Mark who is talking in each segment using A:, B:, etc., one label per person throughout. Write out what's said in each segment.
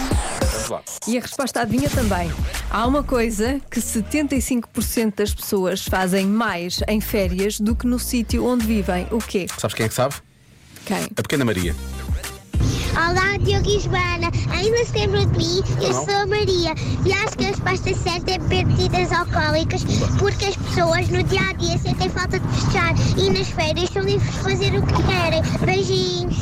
A: Vamos lá.
B: E a resposta adivinha também. Há uma coisa que 75% das pessoas fazem mais em férias do que no sítio onde vivem. O quê?
A: Sabes quem é que sabe?
B: Quem?
A: A pequena Maria.
C: Olá, Diogo e Joana. Ainda se lembram de mim? Eu
A: Não.
C: sou a Maria. E acho que a resposta certa é beber bebidas alcoólicas porque as pessoas no dia a dia sentem falta de festejar e nas férias são livres de fazer o que querem. Beijinhos.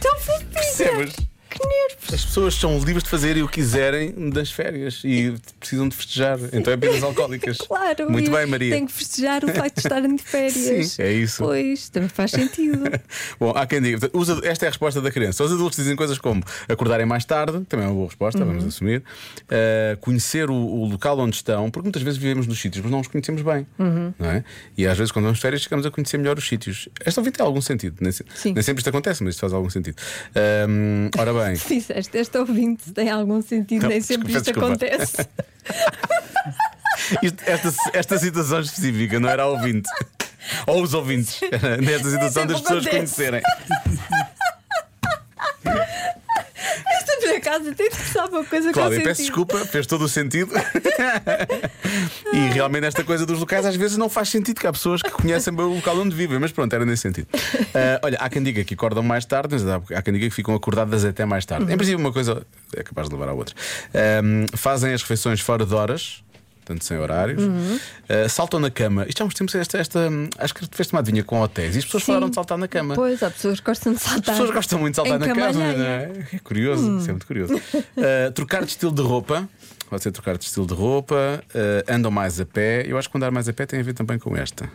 B: Tão fofinha!
A: Percebes?
B: Então, Que nervos!
A: As pessoas são livres de fazerem o que quiserem das férias e precisam de festejar. Então é bebidas alcoólicas.
B: Claro!
A: Muito
B: eu
A: bem, Maria.
B: Tenho que festejar o facto de estarem de férias.
A: Sim, é isso.
B: Pois, também faz sentido.
A: Bom, há quem diga, portanto, os ad- esta é a resposta da criança. Os adultos dizem coisas como acordarem mais tarde, também é uma boa resposta,
B: Uhum.
A: vamos assumir, uh, conhecer o, o local onde estão, porque muitas vezes vivemos nos sítios, mas não os conhecemos bem.
B: Uhum.
A: Não é? E às vezes, quando vamos de férias, chegamos a conhecer melhor os sítios. Esta ouvinte tem algum sentido, nem, se-
B: Sim.
A: nem sempre isto acontece, mas isto faz algum sentido. Ahm, ora bem,
B: Se Disseste, este ouvinte tem algum sentido,
A: Não,
B: nem sempre
A: desculpa,
B: isto acontece.
A: isto- esta, esta situação específica não era a ouvinte. Ou os ouvintes, era nesta situação
B: sempre
A: das pessoas
B: acontece.
A: conhecerem.
B: Esta por acaso até sabe uma coisa
A: Cláudia,
B: com
A: peço
B: sentido.
A: desculpa, fez todo o sentido. e realmente esta coisa dos locais às vezes não faz sentido, que há pessoas que conhecem bem o local onde vivem, mas pronto, era nesse sentido. Ah, olha, há quem diga que acordam mais tarde, mas há há quem diga que ficam acordadas até mais tarde. Em princípio, uma coisa é capaz de levar à outra. Ahm, fazem as refeições fora de horas. Portanto, sem horários, Ah, saltam na cama. Isto há uns tempos, esta, esta, hum, acho que fez uma adivinha com hotéis e as pessoas
B: Sim.
A: falaram de saltar na cama.
B: Pois, há pessoas que gostam de
A: As
B: saltar.
A: pessoas gostam muito de saltar
B: em
A: na
B: cama
A: casa,
B: alheia.
A: não é? É curioso, isso é muito curioso. Uh, trocar de estilo de roupa, pode ser trocar de estilo de roupa, uh, andam mais a pé. Eu acho que andar mais a pé tem a ver também com esta.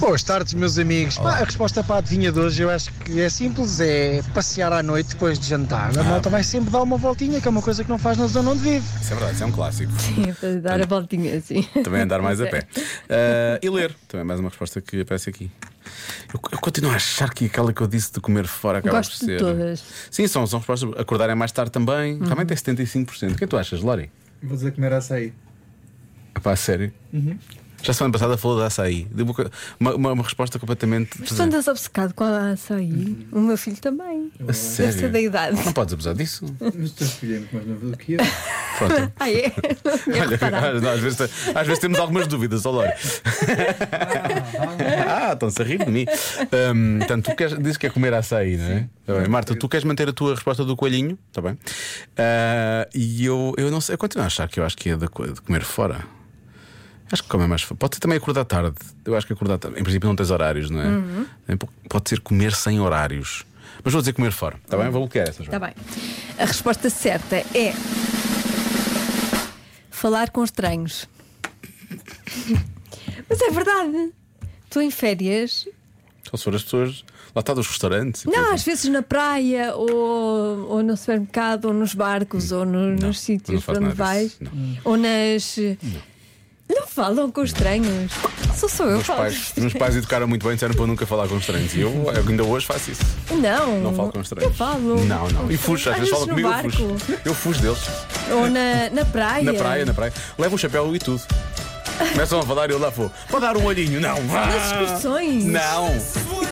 D: Boas tardes, meus amigos. Pá, a resposta para a adivinha de hoje eu acho que é simples: é passear à noite depois de jantar. A malta vai sempre dar uma voltinha, que é uma coisa que não faz na zona onde vive.
A: Isso é verdade, isso é um clássico.
B: Sim, para dar a voltinha assim.
A: Também andar mais a
B: É.
A: pé. Uh, e ler, também é mais uma resposta que aparece aqui. Eu, eu continuo a achar que aquela que eu disse de comer fora acaba
B: Gosto
A: por ser.
B: de todas. Uhum.
A: Sim, são, são respostas. Acordarem mais tarde também. Realmente é 75%. O que é que tu achas, Lori?
E: Vou dizer comer açaí.
A: Pá, sério?
B: Uhum.
A: Já semana passada falou de açaí. Deu uma co- Uma, uma, uma resposta completamente.
B: Mas tu andas obcecado com a açaí? O meu filho também.
A: A
B: Deve ser da
A: Uhum. sério?
B: idade.
A: Não podes abusar disso.
E: Mas tu escolhemos mais novo do que é? eu.
A: Pronto.
B: Ah, é? Não tinha
A: Olha,
B: reparado.
A: às, às vezes, às vezes temos algumas dúvidas, olha. ah, estão-se a rir de mim. Hum, portanto, tu queres, dizes que é comer açaí, não é? Tá bem. Marta, tu queres manter a tua resposta do coelhinho, está bem? Ah, e eu, eu não sei, eu continuo a achar que eu acho que é de, co- de comer fora. Acho que comem mais fora. Pode ser também acordar tarde. Eu acho que acordar tarde. Em princípio não tens horários, não é? Pode ser comer sem horários. Mas vou dizer comer fora, está bem? Vou bloquear essas.
B: Está Tá bem. A resposta certa é. Falar com estranhos. Mas é verdade. Tu em férias
A: Só se for as pessoas. Lá está dos restaurantes. e
B: Não,
A: coisas.
B: às vezes na praia ou, ou no supermercado ou nos barcos ou no-
A: Hum. não
B: nos sítios
A: faço
B: para onde
A: nada
B: vais
A: disso,
B: ou nas. Não. falam com estranhos. Só sou eu
A: Meus
B: que falo.
A: pais, meus pais educaram muito bem, disseram para eu nunca falar com estranhos. E eu, eu ainda hoje faço isso.
B: Não.
A: Não falo com estranhos.
B: Eu falo.
A: Não, não. E fujo, às vezes falam
B: no
A: comigo, eu
B: barco,
A: fujo. Eu fujo deles.
B: Ou na, na praia.
A: Na praia, na praia. Levo um chapéu e tudo. Começam a falar e eu lá vou. Pode dar um olhinho. Não, vá!
B: Nas excursões.
A: Não!